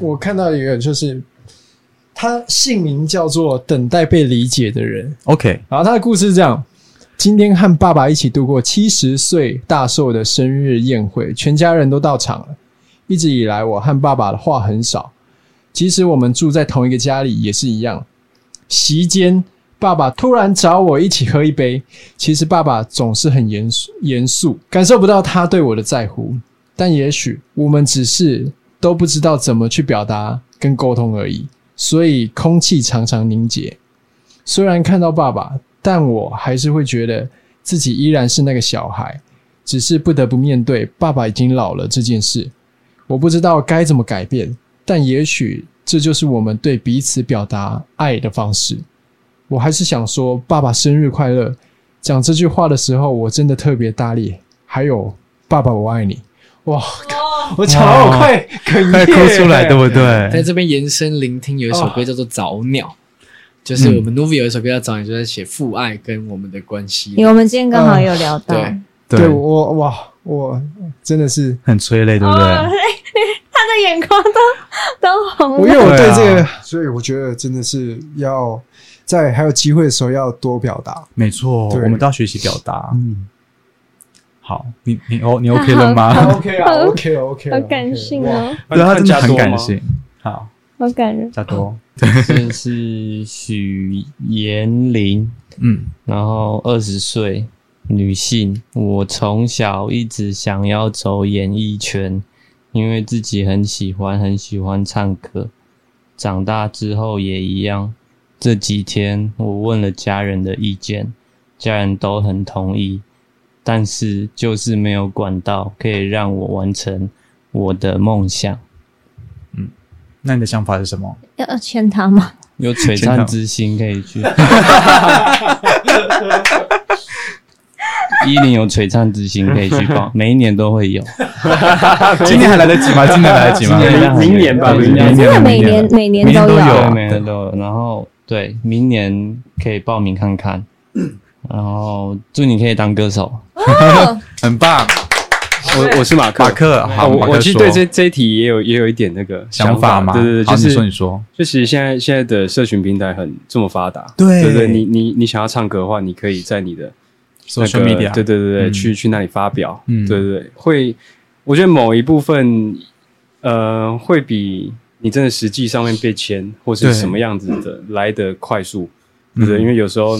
我看到一个，就是他姓名叫做“等待被理解的人 OK，”，然后他的故事是这样：今天和爸爸一起度过七十岁大寿的生日宴会，全家人都到场了。一直以来，我和爸爸的话很少，即使我们住在同一个家里也是一样。席间，爸爸突然找我一起喝一杯。其实爸爸总是很严肃，严肃，感受不到他对我的在乎。但也许我们只是都不知道怎么去表达跟沟通而已，所以空气常常凝结。虽然看到爸爸，但我还是会觉得自己依然是那个小孩，只是不得不面对爸爸已经老了这件事。我不知道该怎么改变，但也许这就是我们对彼此表达爱的方式。我还是想说，爸爸生日快乐！讲这句话的时候，我真的特别大力。还有，爸爸我爱你！哇，我讲完我快哽快咽，哭出来，对不在对？这边延伸聆听，有一首歌叫做《早鸟》，哦就是我嗯们 Novi 有一首歌叫《早鸟》，就在写父爱跟我们的关系。因为我们今天刚好有聊到，对对我哇，我真的是，很催泪，对不哦对？，他的眼眶都都我红因为了。我对对啊这个，所以我觉得真的是要在还有机会的时候要多表达。没错，对我们都要学习表达。嗯好，你你哦，你 OK 了 吗？ ，OK 啊，OK 啊 OK，啊好感性！ OK 啊哇哦，对他真的很感性。好，好感人。加多，这是许延玲，嗯，然后二十岁，女性。我从小一直想要走演艺圈，因为自己很喜欢，很喜欢唱歌。长大之后也一样。这几天我问了家人的意见，家人都很同意，但是就是没有管道可以让我完成我的梦想。那你的想法是什么？要要牵他吗？有璀天堂璨之星可以 去。一零有璀璨之星可以去报，每一年都会有。今年还来得及吗？今年来得及吗？今年明年吧明明年真的每明年每年明年都都对，有每年都 有。啊然后对，明年可以报名看看。然后祝你可以当歌手。哦很棒。我我是马克，马克，啊好，马我克我其实说对这这一题也有也有一点那个想法法嘛，对对对，好就你说你是说，就其实现在现在的社群平台很这么发达，对对对，你你你想要唱歌的话，你可以在你的那 social 个 media，对对对对，嗯去去那里发表，嗯对对对，会，我觉得某一部分，呃，会比你真的实际上面被签或对是什么样子的来的快速，对嗯不对？因为有时候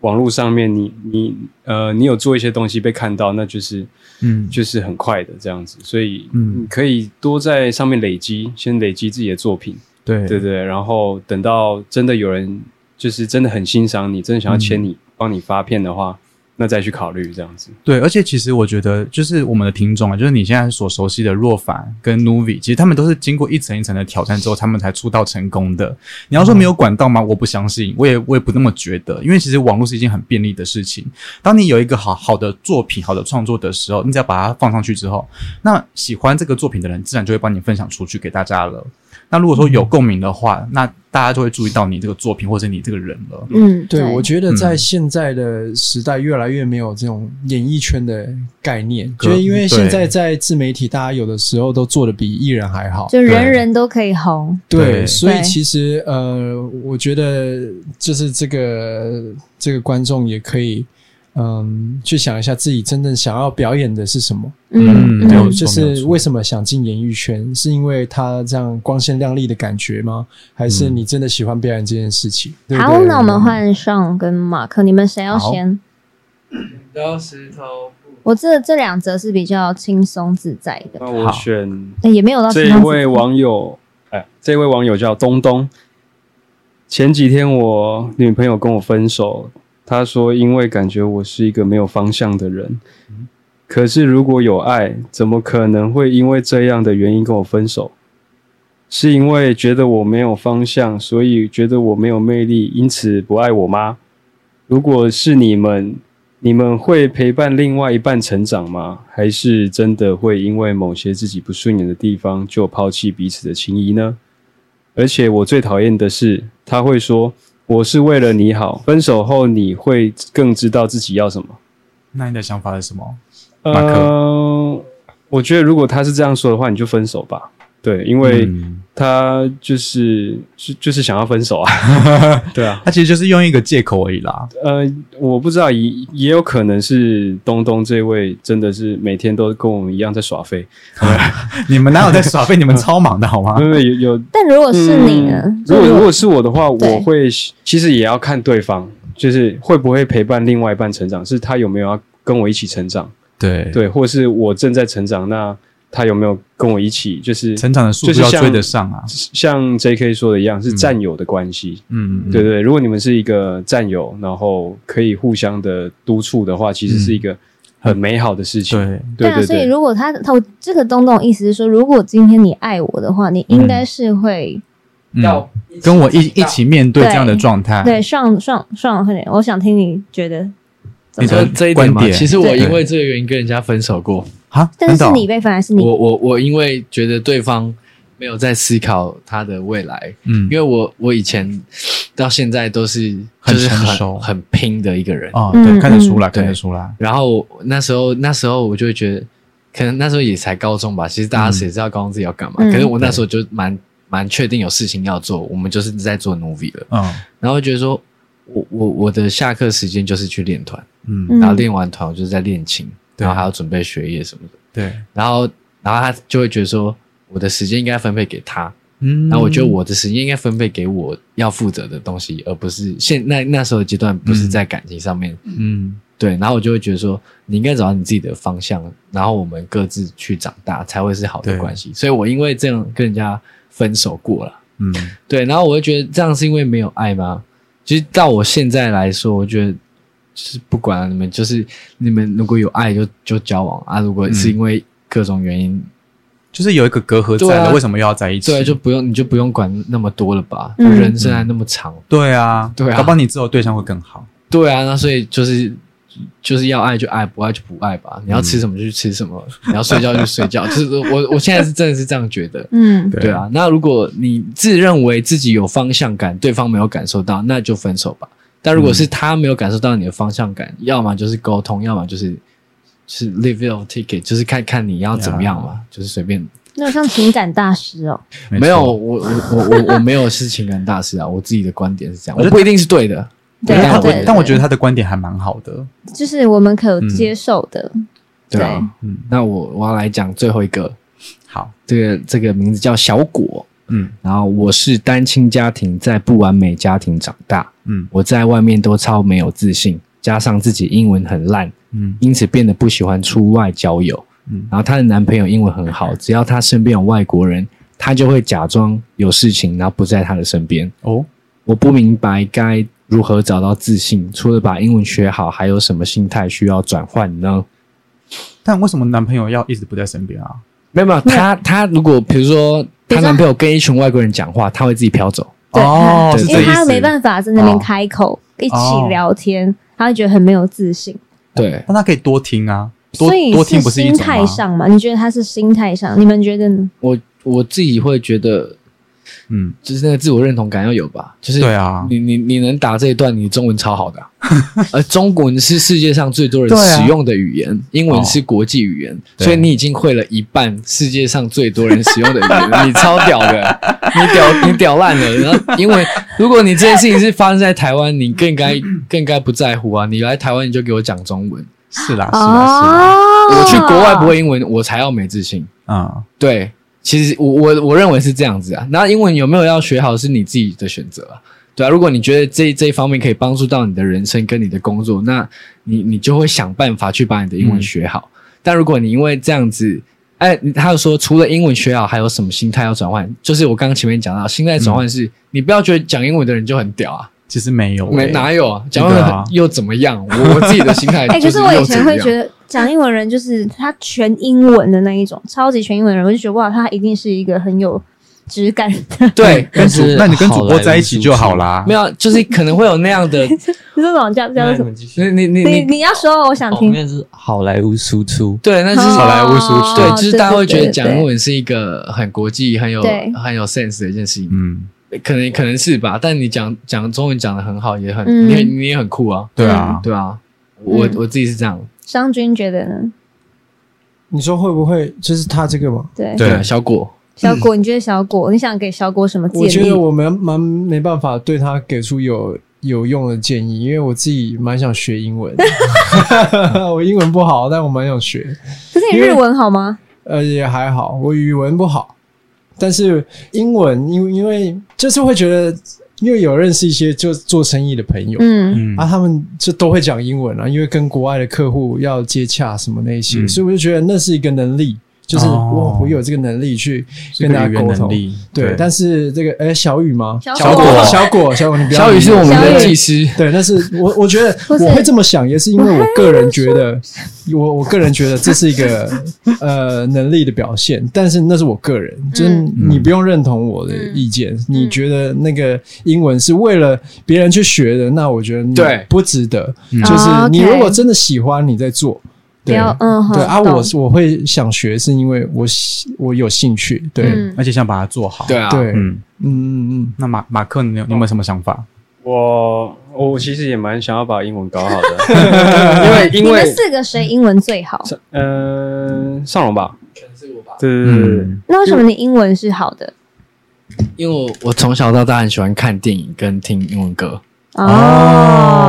网络上面你你呃你有做一些东西被看到，那就是嗯，就是很快的这样子，所以嗯你可以多在上面累积，先累积自己的作品，对对对，然后等到真的有人就是真的很欣赏你，真的想要签嗯你，帮你发片的话，那再去考虑这样子。对，而且其实我觉得，就是我们的听众啊，就是你现在所熟悉的若凡跟 Nuvi，其实他们都是经过一层一层的挑战之后，他们才出道成功的。你要说没有管道吗？我不相信，我也我也不那么觉得，因为其实网络是一件很便利的事情。当你有一个好好的作品、好的创作的时候，你只要把它放上去之后，那喜欢这个作品的人自然就会帮你分享出去给大家了。那如果说有共鸣的话，那大家就会注意到你这个作品或者你这个人了。嗯，对，我觉得在嗯现在的时代，越来越没有这种演艺圈的概念，可就是因为现在对在自媒体，大家有的时候都做的比艺人还好。就人人都可以红。对，对所以对其实呃，我觉得就是这个这个观众也可以，嗯，去想一下自己真正想要表演的是什么。嗯嗯没有嗯错就是错为什么想进演艺圈，是因为他这样光鲜亮丽的感觉吗？还是嗯你真的喜欢表演这件事情？对不好，对嗯那我们换上跟马克，你们谁要先？到石头我这这两则是比较轻松自在的，那我好选但也没有到这轻一松自位网友，哎，这位网友叫东东。前几天我女朋友跟我分手，她说因为感觉我是一个没有方向的人。可是如果有爱，怎么可能会因为这样的原因跟我分手？是因为觉得我没有方向，所以觉得我没有魅力，因此不爱我吗？如果是你们，你们会陪伴另外一半成长吗？还是真的会因为某些自己不顺眼的地方就抛弃彼此的情谊呢？而且我最讨厌的是，他会说我是为了你好，分手后你会更知道自己要什么。那你的想法是什么？马克呃，我觉得如果他是这样说的话，你就分手吧。对，因为嗯他就是是就是想要分手 啊，对啊，他其实就是用一个借口而已啦。呃，我不知道，也也有可能是东东这位真的是每天都跟我们一样在耍废， 你们哪有在耍废？你们超忙的 好吗？因为有有但如果哦是你呢？嗯就如果如果是我的话，对我会其实也要看对方，就是会不会陪伴另外一半成长，是他有没有要跟我一起成长，对，对，或是我正在成长，那他有没有跟我一起，就是成长的嗯速度要追得上啊。像 J.K. 说的一样，是战友的关系。嗯，嗯嗯对对，如果你们是一个战友，然后可以互相的督促的话，其实是一个很美好的事情。对，对嗯对啊，对所以对，如果他他我这个东东的意思是说，如果今天你爱我的话，你应该是会、嗯要跟我一一起面对对这样的状态。对上上上快点，我想听你觉得怎你么的样？这这一点嘛观，点其实我对因为这个原因跟人家分手过。啊，但是真是的哦你被分还是你？我我我因为觉得对方没有在思考他的未来，嗯因为我我以前到现在都是很就是成熟很很拼的一个人。哦，嗯嗯对，看得出来，对看得出来。然后那时候那时候我就会觉得，可能那时候也才高中吧，其实大家谁知道高中自己要干嘛？嗯可是我那时候就蛮蛮确定有事情要做，我们就是在做 novi 了，嗯然后觉得说。我我我的下课时间就是去练团，嗯，嗯然后练完团我就是在练琴，对然后还要准备学业什么的。对，然后然后他就会觉得说，我的时间应该分配给他，嗯那、我觉得我的时间应该分配给我要负责的东西，而不是现那那时候的阶段不是在感情上面、嗯对，然后我就会觉得说，你应该找到你自己的方向，然后我们各自去长大，才会是好的对关系。所以我因为这样跟人家分手过了，嗯对，然后我就觉得这样是因为没有爱吗？其实到我现在来说，我觉得。就是不管了你们，就是你们如果有爱就就交往啊，如果嗯是因为各种原因，就是有一个隔阂在对的，啊为什么又要在一起？对，就不用你就不用管那么多了吧？嗯人生还那么长，对啊，对啊搞不好你之后对象会更好。对啊，那所以就是就是要爱就爱，不爱就不爱嗯吧。你要吃什么就去吃什么，你要睡觉就睡 觉。就是我我现在是真的是这样觉得。嗯，对对啊，那如果你自认为自己有方向感，对方没有感受到，那就分手吧。但如果嗯是他没有感受到你的方向感，要么就是沟通，要么就是就是 leave your ticket，就是看看你要怎么样嘛，就是随便那像情感大师哦，啊没没有，错，我我我我我没有是情感大师啊，我自己的观点是这样，我觉我得不一定是对的。对但啊，我对，但我嗯对觉得他的观点还蛮好的。就是我们可接受的，对啊，嗯，那我我要来讲最后一个，好，这个这个名字叫小果，嗯然后我是单亲家庭，在不完美家庭长大，嗯我在外面都超没有自信，加上自己英文很烂，嗯因此变得不喜欢出外交友。嗯然后她的男朋友英文很好，只要她身边有外国人，她就会假装有事情，然后不在他的身边。哦，我不明白该如何找到自信，除了把英文学好，还有什么心态需要转换呢？但为什么男朋友要一直不在身边啊？没有没有，她她如果比如说比她如说男朋友跟一群外国人讲话，她会自己飘走。对哦，对是因这为意他思。哦没办法在那边开口一起聊天，他会觉得很没有自信，对，但他可以多听啊，多所以多是听不是一心种态吗？上嘛？你觉得他是心态上？你们觉得呢？我我自己会觉得，嗯，就是那个自我认同感要有吧，就是对啊你你你能打这一段，你中文超 好的啊、而中文是世界上最多人对啊哦使用的语言，英文是国际语言，对所以你已经会了一半世界上最多人使用的语言，你超屌 的，你屌你屌烂了。然后，因为如果你这件事情是发生在台湾，你更该更该不在乎啊！你来台湾你就给我讲中文，是啊啦，是啦，是啦，哦，我去国外不会英文，我才要没自信。嗯，对，其实我我我认为是这样子啊。那英文有没有要学好是你自己的选择啊。对啊，如果你觉得这这一方面可以帮助到你的人生跟你的工作，那你你就会想办法去把你的英文学好。但如果你因为这样子，哎，他有说除了英文学好，还有什么心态要转换？就是我刚刚前面讲到，心态转换是、你不要觉得讲英文的人就很屌啊，其实没有欸，没哪有啊，讲英对文啊很又怎么样？我我自己的心 态哎、 就可是是我又以怎前会样觉得讲英文人就是他全英文的那一种，超级全英文的人，我就觉得哇，他一定是一个很有质感的， 对，跟主但是，那你跟主好播莱坞在一起就叔叔好啦。没有，就是可能会有那样的， 这种叫叫做什么？继你你你你你你要说，我想后听。哦面是好莱坞输出，对，那就是好莱坞输出对，就是大家会觉得对讲英文是一个很国际、很有对很有 sense 的一件事情，嗯，可能可能是吧。但你讲讲中文讲的很好，也很嗯你也你也很酷啊，对啊，对啊。我嗯我自己是这样，商君觉得呢？你说会不会就是他这个吗？对，对啊小果小果，你觉得小果，你想给小果什么建我觉议得？我们蛮没办法对他给出有有用的建议，因为我自己蛮想学英文， 我英文不好，但我蛮想学。可是你日文好吗？呃，也还好，我语文不好，但是英文，因为因为就是会觉得，因为有认识一些就做生意的朋友。嗯，嗯啊，他们就都会讲英文啊，因为跟国外的客户要接洽什么那些，嗯所以我就觉得那是一个能力，就是哦我我有这个能力去是跟个大家语言沟能通。力，对，但是这个哎、小雨吗？小小果果小果，小果，你不要小雨是我们小的雨技师， 对，但是我我觉得不是我会这么想，也是因为我个人觉得， 我我个人觉得这是一个呃能力的表现，但是那是我个人，就是你不用认同我的意见，你觉得那个英文是为了别人去学的，那我觉得你对不值得。嗯就是哦你 OK 如果真的喜欢，你在做。不对要，嗯，好对啊，懂我是我会想学，是因为我喜我有兴趣。对，嗯嗯而且想把它做好。对，啊，对嗯，嗯嗯。那马马克，你有你有没有什么想法？我我其实也蛮想要把英文搞好 的，呃因为你因们为四个谁英文最好？呃上龙吧，可能是我吧，对对对对嗯，那为什么你英文是好的？因为我我从小到大很喜欢看电影跟听英文歌，哦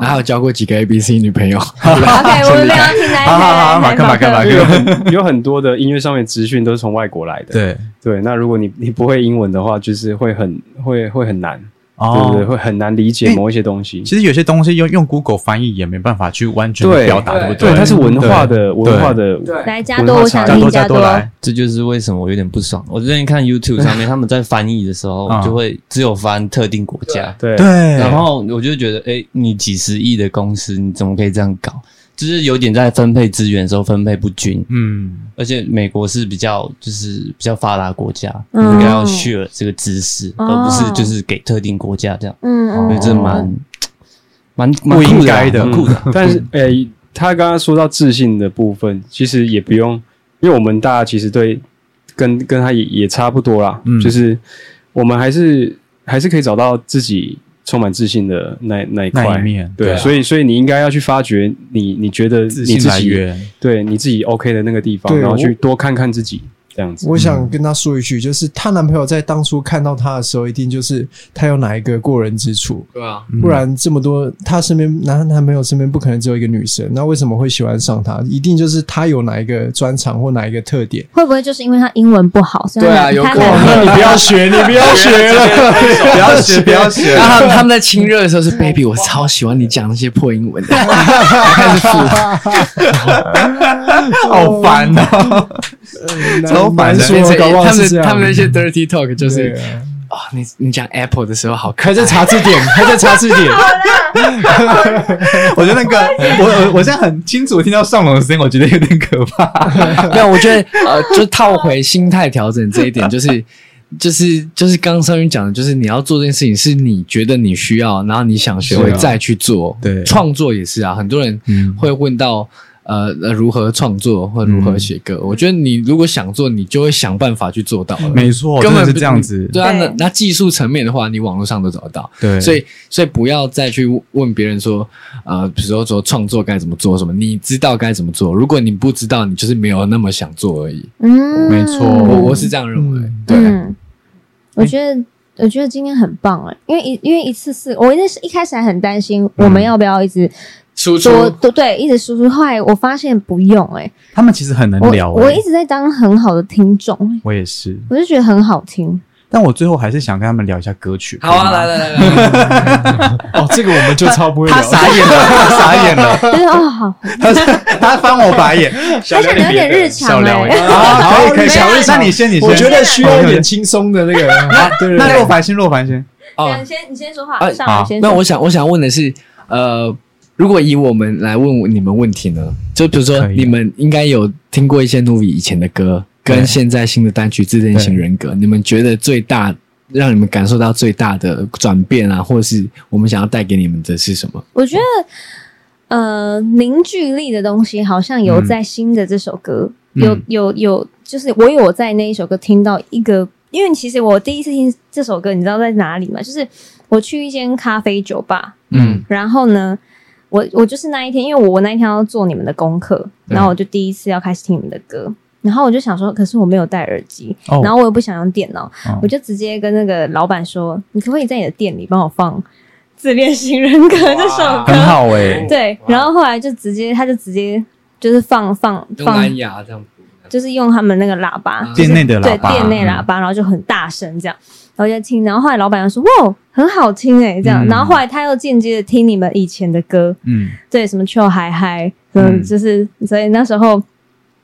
然后还有交过几个 A B C 女朋友， ，OK，我们不要听来好好好来马来克马克马克因为有很有很多的音乐上面资讯都是从外国来的，对，对，那如果你你不会英文的话，就是会很会会很难，对哦不对？会很难理解因为某一些东西。其实有些东西用用 Google 翻译也没办法去完全的对表达，对不对，它是文化对的文化的，来加文多，化我差想加异听多加多多。来，这就是为什么我有点不爽。我之前看 YouTube 上面他们在翻译的时 候嗯，就会只有翻特定国家，对对，然后我就觉得，哎，你几十亿的公司，你怎么可以这样搞？就是有点在分配资源的时候分配不均，嗯，而且美国是比较就是比较发达国家，嗯应该要 share 这个知识，哦而不是就是给特定国家这样，嗯所以嗯，这蛮蛮不蛮酷应的啊该的嗯蛮 酷的。嗯但是，诶、他刚刚说到自信的部分，其实也不用，因为我们大家其实对跟跟他也也差不多啦，嗯就是我们还是还是可以找到自己充满自信的那那一块那一面对，对啊所以所以你应该要去发掘你你觉得你自自信来己源，对你自己 OK 的那个地方，对然后去我多看看自己这样子。我想嗯跟她说一句，就是她男朋友在当初看到她的时候，一定就是她有哪一个过人之处，对啊，嗯不然这么多她身边男男朋友身边不可能只有一个女生，那为什么会喜欢上她？一定就是她有哪一个专长或哪一个特 点。会不会就是因为他英文不好，所以对啊他有他可能男哦朋友你不要学，你不要学了。 不要学，不要学然后啊他们他们在亲热的时候是 baby，我超喜欢你讲那些破英文的，开始复好烦哦呐！超难烦的说，搞不好他们是这的样。他们那些 dirty talk 就是对啊哦，你你讲 apple 的时候好还看，在查字 典，还在查字典。我觉得那个，我我我现在很清楚听到上龙的声音，我觉得有点可怕。没有，我觉得呃，就套回心态调整这一点，就是就是就是刚刚上面讲的，就是你要做这件事情，是你觉得你需要，然后你想学会是啊再去做。对创作也是啊，很多人嗯会问到。呃呃，如何创作或如何写嗯歌？我觉得你如果想做，你就会想办法去做到了。没错，根哦真本的是不这样子。对啊，那对那技术层面的话，你网络上都找得到。对，所以所以不要再去问别人说，呃，比如说说创作该怎么做什么，你知道该怎么做。如果你不知道，你就是没有那么想做而已。嗯，没错哎我我是这样认为嗯，对，嗯，我觉得。我觉得今天很棒哎、因为一因为一次四，我一直一开始还很担心我们要不要一直输出多多对一直输出，后来我发现不用哎、他们其实很能我聊欸。我一直在当很好的听众欸，我也是，我就觉得很好听。但我最后还是想跟他们聊一下歌曲。好啊，来来来 来，来哦，这个我们就超不会聊。眼了，他傻眼了， 就是哦，好，他他翻我白眼。而且你有点日常哎、啊，可以可以，小瑞，那你先，你先。哦我觉得需要一点轻松的那个。对对那对若凡先，若凡先。哦，你先你先说话，哎上来好先那说。我想我想问的是，呃，如果以我们来问你们问题呢，就比如说可以啊你们应该有听过一些 Novi 以前的歌，对跟现在新的单曲《自恋型人格》，你们觉得最大让你们感受到最大的转变啊，或者是我们想要带给你们的是什么？我觉得，呃，凝聚力的东西好像有嗯在新的这首歌，嗯有有有，就是我有在那一首歌听到一个，因为其实我第一次听这首歌，你知道在哪里吗？就是我去一间咖啡酒吧，嗯，然后呢，我我就是那一天，因为我我那一天要做你们的功课，然后我就第一次要开始听你们的歌，然后我就想说，可是我没有戴耳机，哦然后我又不想用电脑，嗯我就直接跟那个老板说：“你可不可以在你的店里帮我放《自恋型人格》这首很歌好哎、？”对，然后后来就直接，他就直接就是放放东放，南亚这样子，就是用他们那个喇叭，嗯店内的喇对叭，店内喇叭，然后就很大声这样，然后就听，然后后来老板又说哇很好听哎、这样，嗯然后后来他又间接的听你们以前的歌，嗯，对什么 Chill 嗨嗨，嗯，嗯就是所以那时候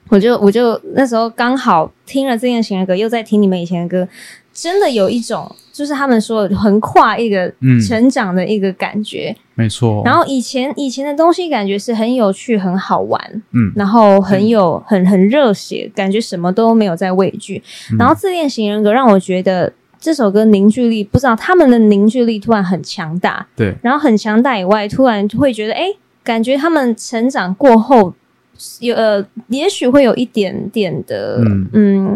我就我就那时候刚好听了这件型的歌，又在听你们以前的歌，真的有一种就是他们说的横跨一个嗯成长的一个感觉，嗯，没错。然后以前以前的东西感觉是很有趣很好玩，嗯，然后很有很很热血，感觉什么都没有在畏惧。嗯然后自恋型人格让我觉得这首歌凝聚力，不知道他们的凝聚力突然很强大，对，然后很强大以外，突然会觉得，哎，感觉他们成长过后，有呃，也许会有一点点的，嗯嗯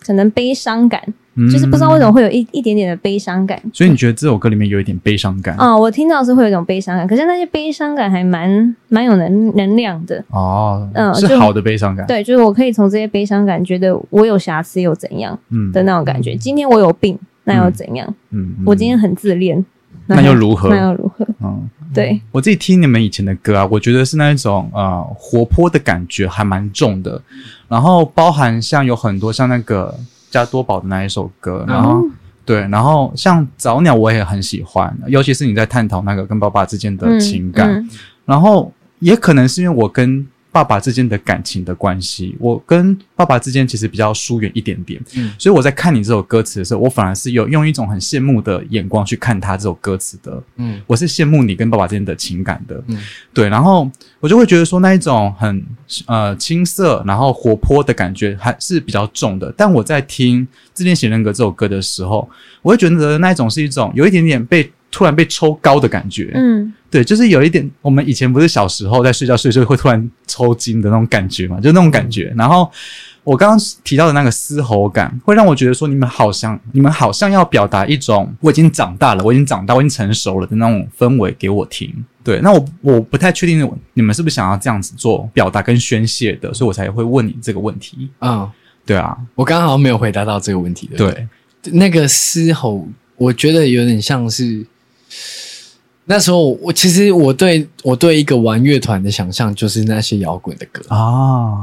可能悲伤感，嗯就是不知道为什么。会有一一点点的悲伤感。所以你觉得这首歌里面有一点悲伤感？哦，我听到是会有一种悲伤感，可是那些悲伤感还蛮蛮有能能量的。哦，嗯是就好的悲伤感。，对，就是我可以从这些悲伤感觉得我有瑕疵又怎样嗯的那种感觉。今天我有病，那又怎样？嗯，嗯我今天很自恋，那又如何那又如何？嗯，对，我自己听你们以前的歌啊，我觉得是那一种呃活泼的感觉还蛮重的，然后包含像有很多像那个加多宝的那一首歌，嗯然后、哦对，然后像早鸟我也很喜欢，尤其是你在探讨那个跟爸爸之间的嗯情感，嗯然后也可能是因为我跟爸爸之间的感情的关系，我跟爸爸之间其实比较疏远一点点，嗯所以我在看你这首歌词的时候，我反而是有用一种很羡慕的眼光去看他这首歌词的，嗯我是羡慕你跟爸爸之间的情感的，嗯对，然后我就会觉得说那一种很呃青涩，然后活泼的感觉还是比较重的。但我在听《自恋型人格》这首歌的时候，我会觉得那一种是一种有一点点被突然被抽高的感觉，嗯对，就是有一点，我们以前不是小时候在睡觉睡睡会突然抽筋的那种感觉嘛，就那种感觉。然后我刚刚提到的那个嘶吼感，会让我觉得说，你们好像，你们好像要表达一种我已经长大了，我已经长大，我已经成熟了的那种氛围给我听。对，那我我不太确定你们是不是想要这样子做表达跟宣泄的，所以我才会问你这个问题。嗯，对啊，我刚刚好像没有回答到这个问题的。对，，那个嘶吼，我觉得有点像是那时候我其实我对我对一个玩乐团的想象就是那些摇滚的歌，啊，哦，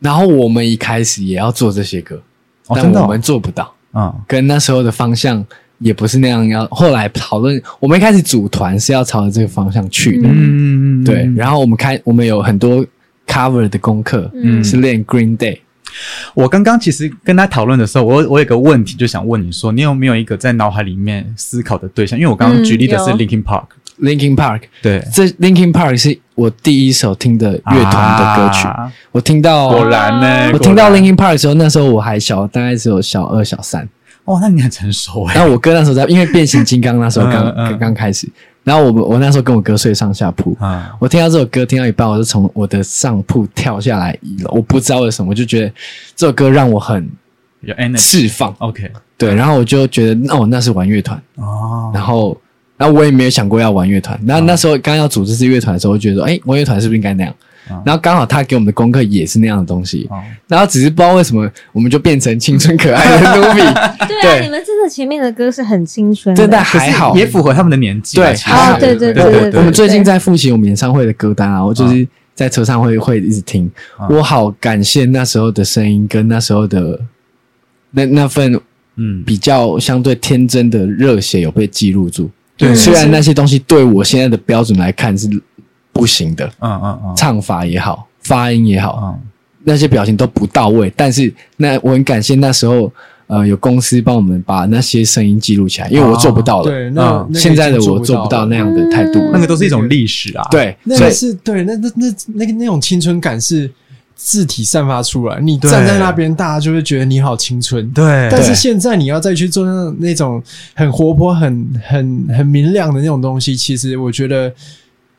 然后我们一开始也要做这些歌，但真的、我哦们，做不到，嗯跟那时候的方向也不是那样要。后来讨论，我们一开始组团是要朝着这个方向去的，嗯，对。然后我们开我们有很多 cover 的功课，嗯是练 Green Day，我刚刚其实跟他讨论的时候，我我有个问题就想问你说，你有没有一个在脑海里面思考的对象？因为我刚刚嗯举例的是有 Linkin Park，、 Linkin Park，对这 Linkin Park 是我第一首听的乐团的歌曲。啊我听到，果然呢，啊我听到果然 Linkin Park 的时候，那时候我还小，大概只有小二、小三。哇，哦那你很成熟哎、然后我哥那时候在，因为变形金刚那时候刚嗯嗯刚刚开始，然后我们我那时候跟我哥睡上下铺，啊，我听到这首歌听到一半，我就从我的上铺跳下来一楼，我不知道为什么，我就觉得这首歌让我很有 energy。释放， OK，对，然后我就觉得哦，那是玩乐团，哦，然后。然后我也没有想过要玩乐团。嗯那那时候刚要组这支乐团的时候，我就觉得，哎，玩乐团是不是应该那样嗯？然后刚好他给我们的功课也是那样的东西，哦然后只是不知道为什么，我们就变成青春可 爱的 Novi，对啊，对你们真的前面的歌是很青春的， 真的还嗯好。可是也符合他们的年纪啊。对其实哦对对对对对对我们最近对在复习我们演唱会的歌单啊，我就是在车上会会一直听。嗯我好感谢那时候的声音跟那时候的那那份嗯，比较相对天真的热血有被记录住。对虽然那些东西对我现在的标准来看是不行的，嗯嗯嗯，唱法也好，发音也好，嗯那些表情都不到位，但是那我很感谢那时候呃有公司帮我们把那些声音记录起来，因为我做不到了。啊对，那、嗯那个现在的已经我做不不到那了嗯样的态度了。那个都是一种历史啊。，对，那所个以是对，那那那那个那种青春感是字体散发出来，你对站在那边，大家就会觉得你好青春。哎对，但是现在你要再去做那种那种很活泼、很很很明亮的那种东西，其实我觉得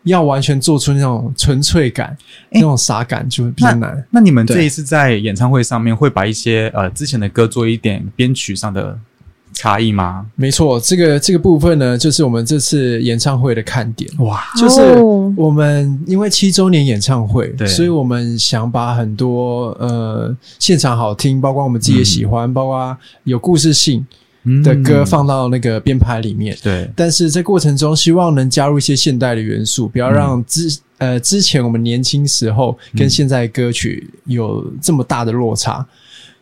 要完全做出那种纯粹感、那种傻感就比较难。那你们对这一次在演唱会上面会把一些呃之前的歌做一点编曲上的差异吗？没错，这个这个部分呢，就是我们这次演唱会的看点。哇，就是哦我们因为七周年演唱会，对所以我们想把很多呃现场好听，包括我们自己也喜欢，包括有故事性的歌嗯放到那个编排里面。对但是在过程中，希望能加入一些现代的元素，不要嗯让之、呃之前我们年轻时候跟现在歌曲有这么大的落差，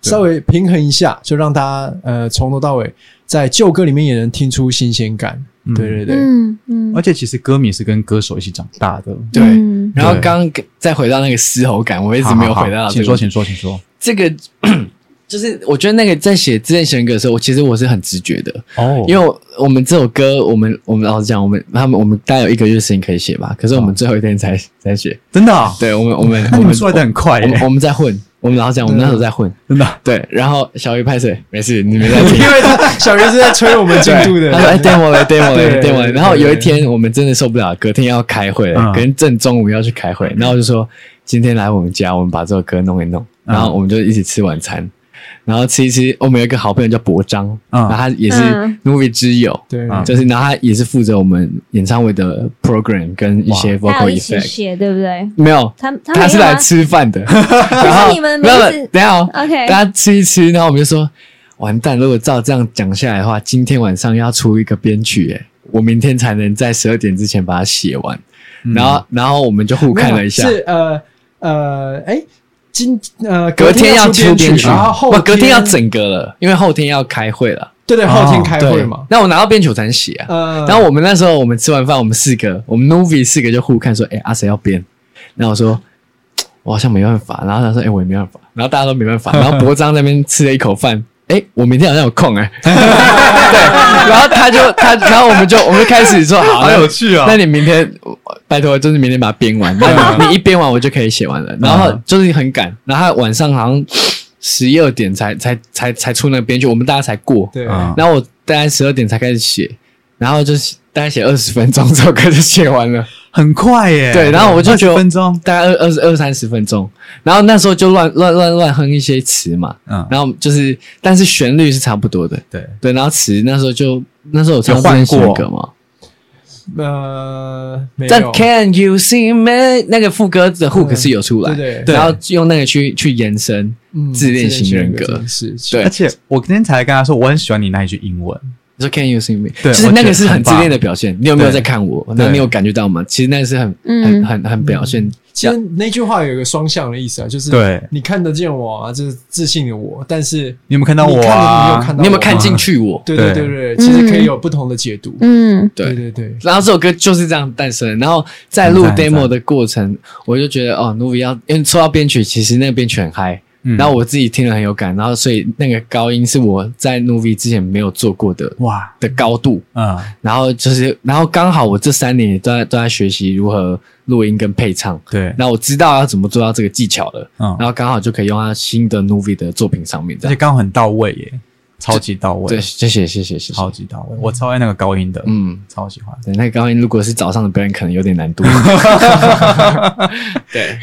对稍微平衡一下，就让大家呃从头到尾在旧歌里面也能听出新鲜感。嗯对对对，嗯嗯，而且其实歌迷是跟歌手一起长大的，对嗯然后刚刚再回到那个嘶吼感，我一一直没有回到这请个说，请说，请说。这个 就是我觉得那个在写《自恋神歌》的时候，我其实我是很直觉的，哦因为我我们这首歌，我们我们老实讲，我们他们我们大概有一个月时间可以写吧，可是我们最后一天才才写，真的啊，对我们我们那我你们们出来的很快我们耶，我们在混，我们老实讲，我们那时候在混，真的啊。对，然后小鱼拍水，没事，你没在听。因为他 小鱼是在催我们进度对的他说：“哎，demo 了，demo 对了对，demo 了。”对然后有一天我们真的受不了，隔天要开会了，嗯跟正中午要去开会，然后我就说：“今天来我们家，我们把这首歌弄一弄。”嗯然后我们就一起吃晚餐，然后吃一吃。哦我们有一个好朋友叫博章，嗯然后他也是嗯 Novi 之友，对啊就是然后他也是负责我们演唱会的 program 跟一些还有 vocal 一起 effect。写，对不对？没有，他他他是没有来吗吃 饭的。然后你们没有每次等一下哦， OK，大家吃一吃，然后我们就说，完蛋，如果照这样讲下来的话，今天晚上要出一个编曲，哎，我明天才能在十二点之前把它写完。然后，然后我们就互看了一下，是呃呃，哎、今呃隔天天要出出编曲，然后后不隔天要整个了，因为后天要开会了，对对后天开会对嘛，那我拿到编曲我才能写啊。呃，然后我们那时候我们吃完饭，我们四个，我们 Novi 四个就互看说，哎、阿谁要编？然后我说。我好像没办法，然后他说：“哎、我也没办法。”然后大家都没办法，然后博章那边吃了一口饭，哎、我明天好像有空哎、对，然后他就他，然后我们就我们就开始说：“好，那好有趣啊那你明天拜托，就是明天把它编完，那你一编完我就可以写完了。”然后就是很赶，然后他晚上好像十一二点才才才才出那个编剧，我们大家才过，对，嗯然后我大概十二点才开始写，然后就是大概写二十分钟，这首歌就写完了，很快耶。对然后我就觉得20分钟，大概二二二三十分钟。然后那时候就乱乱乱乱哼一些词嘛，嗯，然后就是但是旋律是差不多的，对，对，然后词那时候就那时候有唱有换这首过歌嘛，呃没但有 Can you see me 那个副歌的 hook 嗯是有出来，对对然后用那个去去延伸，嗯自恋型人格自恋型这件事情对而且我今天才跟他说，我很喜欢你那一句英文，你说 Can you see me？对就是那个是我觉得很很自棒恋的表现。你有没有对在看我？那对你有感觉到吗？其实那个是很很嗯很很表现其实那句话有一个双向的意思啊，就是对你看得见我啊，就是自信的我，但是你有没有看到我你啊？看得你有没有看看到我吗进去我？对对对对对，其实可以有不同的解读。嗯对对对对，然后这首歌就是这样诞生的。然后在录很赞很 demo 赞的过程，我就觉得哦，Novi 要因为说到编曲，其实那个编曲很嗨、嗯然后我自己听了很有感，然后所以那个高音是我在 Novi 之前没有做过的哇，的高度。嗯，然后就是，然后刚好我这三年也都在都在学习如何录音跟配唱，对，那我知道要怎么做到这个技巧了。嗯，然后刚好就可以用到新的 Novi 的作品上面，这而且样刚好很到位耶，超级到位，对，谢谢谢谢谢谢超。级到位，我超爱那个高音的，嗯，嗯，超喜欢。对，那刚刚如果是早上的表演，可能有点 难度。对，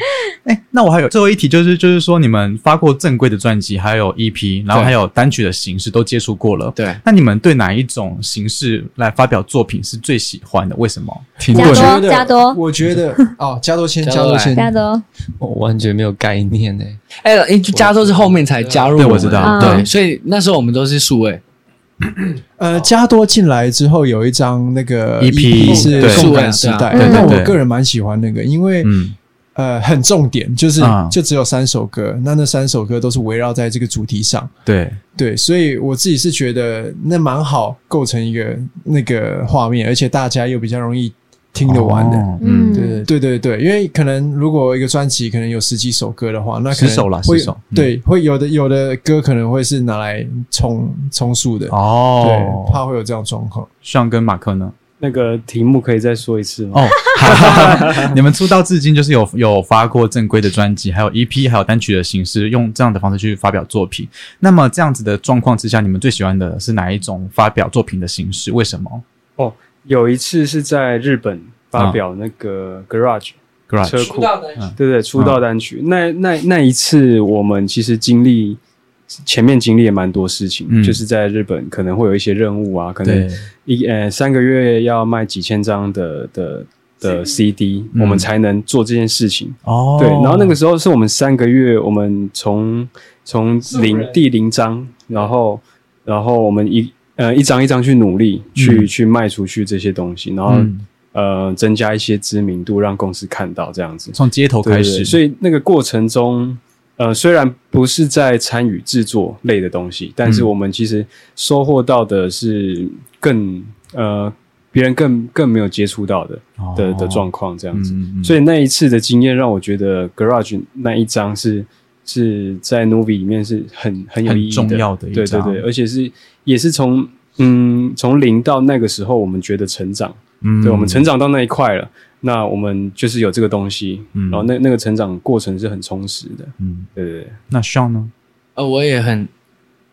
哎，那我还有最后一题，就是就是说，你们发过正规的专辑，还有 EP，然后对还有单曲的形式都接触过了，对那你们对哪一种形式来发表作品是最喜欢的？为什么？停加我多觉得加多我觉得哦，加多先加加多多来先，大家都我完全没有概念呢、哎、欸，加州是后面才加入对们我知道对，嗯所以那时候我们都是数位，呃，加多进来之后有一张那个 E EP 是对共感时代，对对那对我个人蛮喜欢那个，因为嗯，呃很重点，就是啊就只有三首歌，那那三首歌都是围绕在这个主题上，对，对，所以我自己是觉得那蛮好构成一个那个画面，而且大家又比较容易听得完的。哦嗯对对对对，因为可能如果一个专辑可能有十几首歌的话，那可十首啦能会十首嗯对，会有的有的歌可能会是拿来充充数的，哦对，，怕会有这样状况。上跟马克呢？那个题目可以再说一次吗？哦， 你们出道至今就是有有发过正规的专辑，还有 E EP，还有单曲的形式，用这样的方式去发表作品。那么这样子的状况之下，你们最喜欢的是哪一种发表作品的形式？为什么哦有一次是在日本啊发表那个 Garage、嗯？Garage，嗯车库，对对，出道单曲。那那那一次，我们其实经历前面经历也蛮多事情，嗯就是在日本可能会有一些任务啊，可能对，一呃三个月要卖几千张的的的 CD，、嗯我们才能做这件事情。哦，对，然后那个时候是我们三个月，我们从从零第零章，然后然后我们一呃一张一张去努力，去、嗯去卖出去这些东西，然后、嗯呃增加一些知名度，让公司看到这样子。从街头对开对始，对所以那个过程中，呃，虽然不是在参与制作类的东西，但是嗯我们其实收获到的是更呃别人更更没有接触到的的哦的状况这这样子。嗯嗯所以那一次的经验让我觉得 Garage 那一张是是在 Novi 里面是很很有很意义的重要的一对对张对，而且是也是从嗯从零到那个时候我们觉得成长，嗯对我们成长到那一块了，那我们就是有这个东西，嗯然后那那个成长过程是很充实的，嗯，对对对，那 Sean 呢？呃，我也很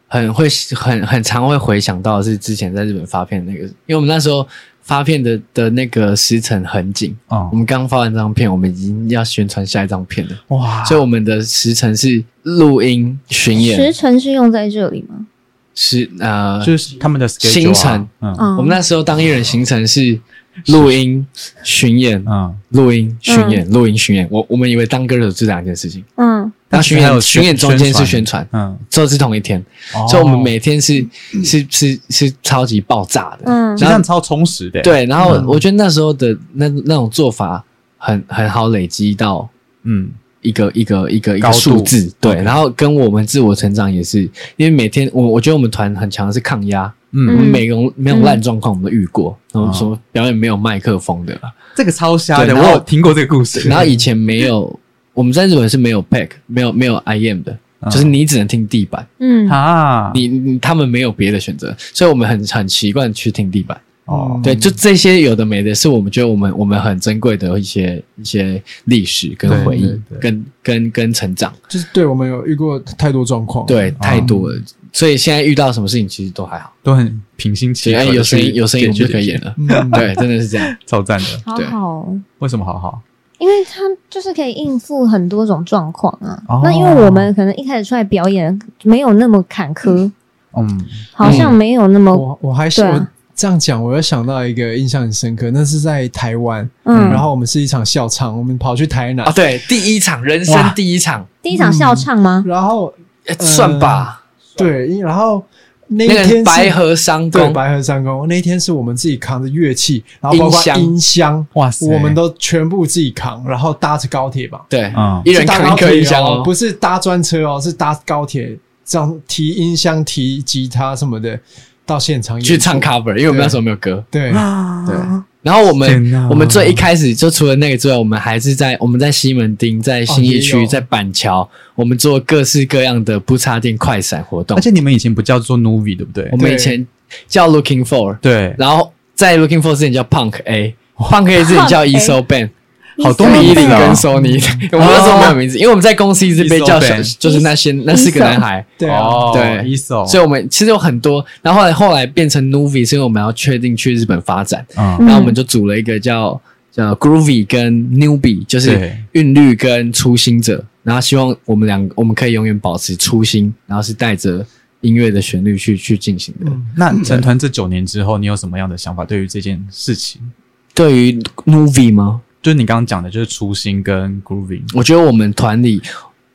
很会很很常会回想到是之前在日本发片的那个，因为我们那时候发片的的那个时程很紧，哦我，们刚发完这张片，我们已经要宣传下一张片了，哇，所以我们的时程是录音、巡时演、辰是用在这里吗？时呃，就是他们的 schedule 啊行程，嗯嗯，我们那时候当艺人行程是录音、巡演、嗯，录音、巡演、录音、巡演。我我们以为当歌手是两件事情，嗯那巡演还有巡演中间是宣宣传，嗯，这是同一天，哦所以我们每天是是是是超级爆炸的。嗯其实这样超充实的，，对，然后我觉得那时候的那那种做法很很好累积到嗯，一个一个一个一高个度数字，对， OK 然后跟我们自我成长也是，因为每天我我觉得我们团很强的是抗压，嗯我嗯们每种每种烂状况我们都遇过，然后嗯什么表演没有麦克风的啦，这个超瞎的，对我然后有听过这个故事。 然 后以前没有我们在日本是没有 pack，没有没有 IM 的，嗯就是你只能听地板，嗯啊，你你他们没有别的选择，所以我们很很习惯去听地板。嗯哦，对，就这些有的没的，是我们觉得我们我们很珍贵的一些一些历史跟回忆对对对，跟跟跟成长，就是对我们有遇过太多状况，，对，太多了。所以现在遇到什么事情其实都还好，都很平心气只要和，有声音有声音我们就可以演，了。嗯，对，真的是 这样。超赞的。好对好哦，为什么好好？因为他就是可以应付很多种状况啊。哦那因为我们可能一开始出来表演没有那么坎坷，嗯，好像没有那么我我还是对啊我这样讲，我又想到一个印象很深刻，那是在台湾，嗯。然后我们是一场校唱，我们跑去台南啊，，对，第一场人生哇第一场，第一场校唱吗？然后呃算吧，对，因然后那一那天个是白河商对工，白河山宫那一天是我们自己扛着乐器，然后包括音箱音箱，哇塞，我们都全部自己扛，然后搭着高铁吧，对，嗯一人是搭扛一高颗铁音箱哦哦，，不是搭专车哦，是搭高铁，这样提音箱、提吉他什么的，到现场演出去唱。cover，因为我们那时候没有歌。对，啊，然后我天哪们我们最一开始就除了那个之外，我们还是在我们在西门町、在新义也区、有在板桥，我们做各式各样的不插电快闪活动而。且你们以前不叫做 Novi 对不对我？们以前叫 Looking For，对，然后在 Looking For 之前叫 Punk A，Punk A 之前叫 Punk A 哦 ESO Band，好多一名字零啊跟 Sony，我 们那时候没有名字，因为我们在公司一直被 ESO 叫小， Band 就是那些那四个男孩。对啊，哦，对一手，所以，我们其实有很多，然后后来后来变成 Novi，是因为我们要确定去日本发展，嗯嗯然后我们就组了一个叫叫 Groovy 跟 Newbie，就是对韵律跟初心者。然后希望我们两个我们可以永远保持初心，然后是带着音乐的旋律去去进行的。 那成团这九年之后，你有什么样的想法？对于这件事情，对于 Novi 吗？就是你刚刚讲的，就是初心跟 grooving，我觉得我们团里，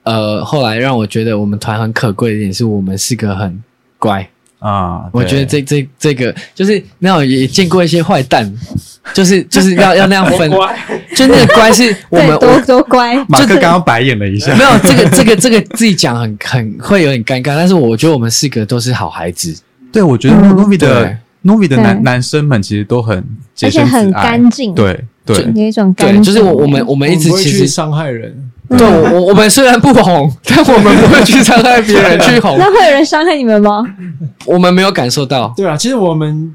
呃，后来让我觉得我们团很可贵的一点是我们是个很乖。啊，我对觉得这这这个就是那种也见过一些坏蛋，就是就是要要 那样分，就那个乖是我对，们多我多乖，马克刚刚白眼了一下 没，有这个这个这个自己讲很很会有点尴尬，但是我觉得我们四个都是好孩子，对我觉得嗯 Novi 的对 Novi 的男对男生们其实都很洁而且身自很爱干，净，，对对，有一种干对，净。就是我我们我我们一直不会其去实伤害人，对我我我们虽然不红， 但我们不会去伤害别人去 红，那会有人伤害你们吗？我们没有感受到，对啊，其实我们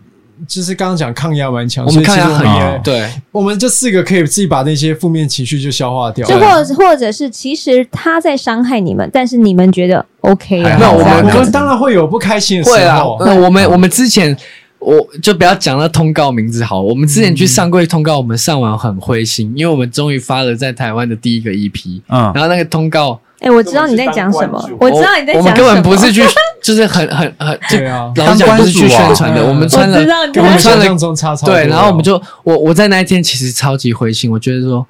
就是刚刚讲抗压蛮强，我所们以其看实我起来很们也也，对我们这四个可以自己把那些负面情绪就消化掉。就对或者或者是，其实他在伤害你们，但是你们觉得 OK 还啊？好那我们我就们当然会有不开心的会时啊候，，那我们我们之前。我就不要讲那通告名字好了，我们之前嗯去上柜通告，我们上完很灰心，因为我们终于发了在台湾的第一个 EP，嗯然后那个通告哎、我知道你在讲什么，我知道你在讲什我么，们根本不是去， 就是很很很，就对啊，老实讲不是去宣传的，嗯我们我穿了知道你跟我在们讲想象中差超多对，然后我们哦就我我在那一天其实超级灰心，我觉得说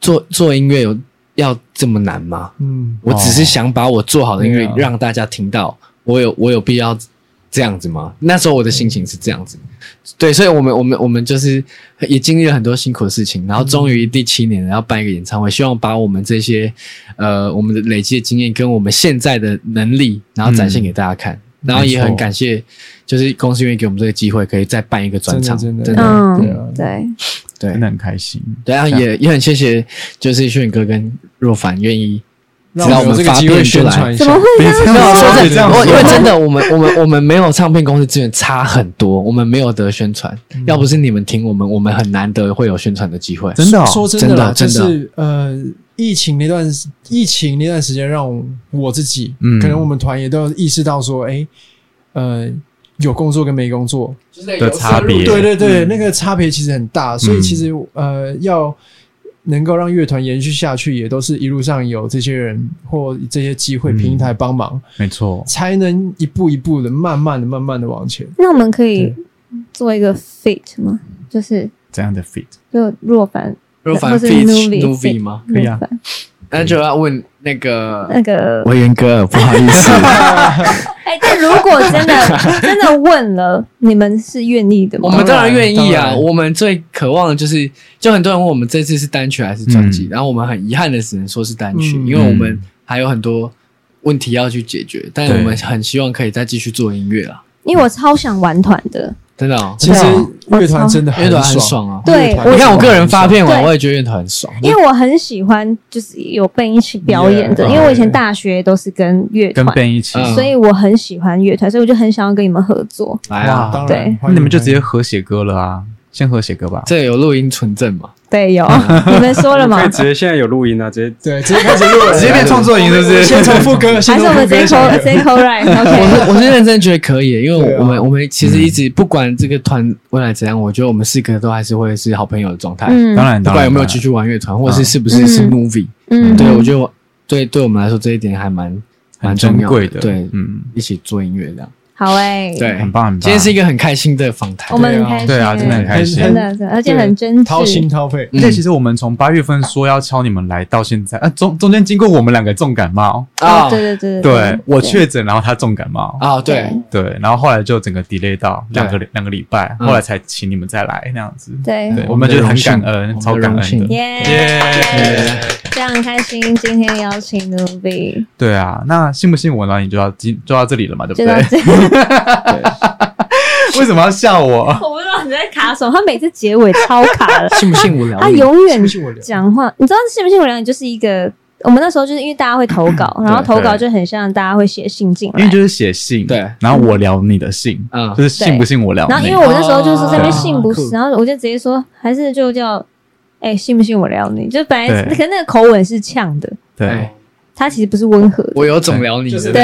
做做音乐有要这么难吗？嗯，我只是想把我做好的音乐对啊让大家听到，我有我有必要这样子吗？那时候我的心情是这样子，对，所以我们我们我们就是也经历了很多辛苦的事情，然后终于第七年了要办一个演唱会，希望把我们这些呃我们的累积的经验跟我们现在的能力，然后展现给大家看。嗯然后也没很错感谢，就是公司愿意给我们这个机会，可以再办一个专场，真的真的对真的啊嗯，对，对真的很开心。对啊，这样也也很谢谢，就是炫哥跟若凡愿意让我们有这个机会宣传一下怎，么会别这样说说，别这样我因为说，真的，我们我们我们没有唱片公司资源差很多，我们没有得宣传。要不是你们听我们，我们很难得会有宣传的机会。真的哦说真的啦，就真的真的是呃，疫情那段疫情那段时间，让我自己，嗯可能我们团也都意识到说，哎，呃，有工作跟没工作，的差别，对对对，嗯那个差别其实很大，所以其实呃，要能够让乐团延续下去，也都是一路上有这些人或这些机会嗯平台帮忙，没错，才能一步一步的、慢慢的、慢慢的往前。那我们可以做一个 fit 吗？就是这样的 fit 就若凡若凡或是 f e a t Nuvi Nuvi 吗？可以啊若凡那就要问那个 那个维源哥，不好意思，哎，但 如果真的 真的问了，你们是愿意的吗？ 我们当然愿意当啊。然我们最渴望的就是，就很多人问我们这次是单曲还是专辑，嗯然后我们很遗憾的只能说是单曲，嗯因为我们还有很多问题要去解决，但对我们很希望可以再继续做音乐啦。因为我超想玩团的，真的、哦，其实啊乐团真的乐很团爽，很爽啊。对乐团我你看我个人发片完，对我也觉得乐团很爽。因为我很喜欢就是有伴一起表演的， Yeah，因为我以前大学都是跟乐跟团， Ben 一起，嗯所以我很喜欢乐团，所以我就很想要跟你们合作。来哇，啊，当对然，那你们就直接合写歌了啊，先合写歌吧。这有录音存证嘛？接对，有 你们说了吗可 以？直接现在有录音啊，直接对直接开始录了， 直接变创作营是不先是？从副歌，还先是从我们副直接歌 c 下 a 来 c a right？OK， 我我是认真觉得可以，对因为啊我们、我们其实一嗯直不管这个团未来怎样，我觉得我们四个都还是会是好朋友的状态。嗯当然，不当然管有没当然有继续玩乐团，或者是是不是是嗯 movie，、嗯，对我觉得我对对我们来说这一点还蛮蛮很重珍要贵的，对，嗯，一起做音乐这样，好哎，对，很棒，很棒。今天是一个很开心的访谈，我们很开心，对啊，真的很开心。真的，真的而且很真掏心挚。掏嗯肺。啊而且其实我们从八月份说要敲你们来到现在，啊，中中间经过我们两个重感冒，啊哦，对对对对我确诊，然后他重感冒，啊，对，对，然后后来就整个 delay 到对两个两个礼拜，嗯后来才请你们再来那样子。对对，我我们们觉的得很感荣幸我们恩，的超感荣幸，恩的。耶耶非常开心，今天邀请 Nubi 对啊，那信不信我呢？你就要今就到这里了嘛，对不就到对？这里。 为什么要笑我？我不知道你在卡什么，他每次结尾超卡 的信不信无聊？他永信远不信我聊？讲话，你知道信不信我聊你就是一个，我们那时候就是因为大家会投稿，然后投稿就很像大家会写信进因为来。就是写信，对，然后我聊你的信，嗯就是信不信我聊然后你因为。我那时候就是在那边信不哦死，然后我就直接说，还是就叫，哎、信不信我聊你？就本来对可能那个口吻是呛的，对哎他其实不是温和的。我有种聊你的那种，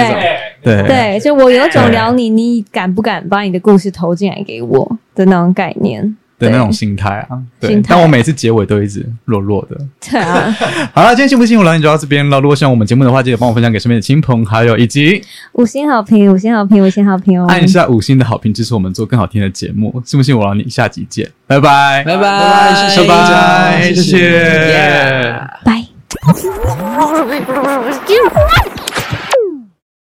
对对，对，就我有种对聊你，你敢不敢把你的故事投进来给我的那种概念？对的那种心态啊。对心，态但我每次结尾都一直弱弱的。对 啊，好了，今天信不信我聊你就到这边了。如果喜欢我们节目的话，记得帮我分享给身边的亲朋好友，以及五星好评，五星好评，五星好评哦！按一下五星的好评，支持我们做更好听的节目。信不信我聊你？下集见，拜拜，拜拜拜谢拜谢大家拜，谢谢。 Yeah 拜。 Excuse me.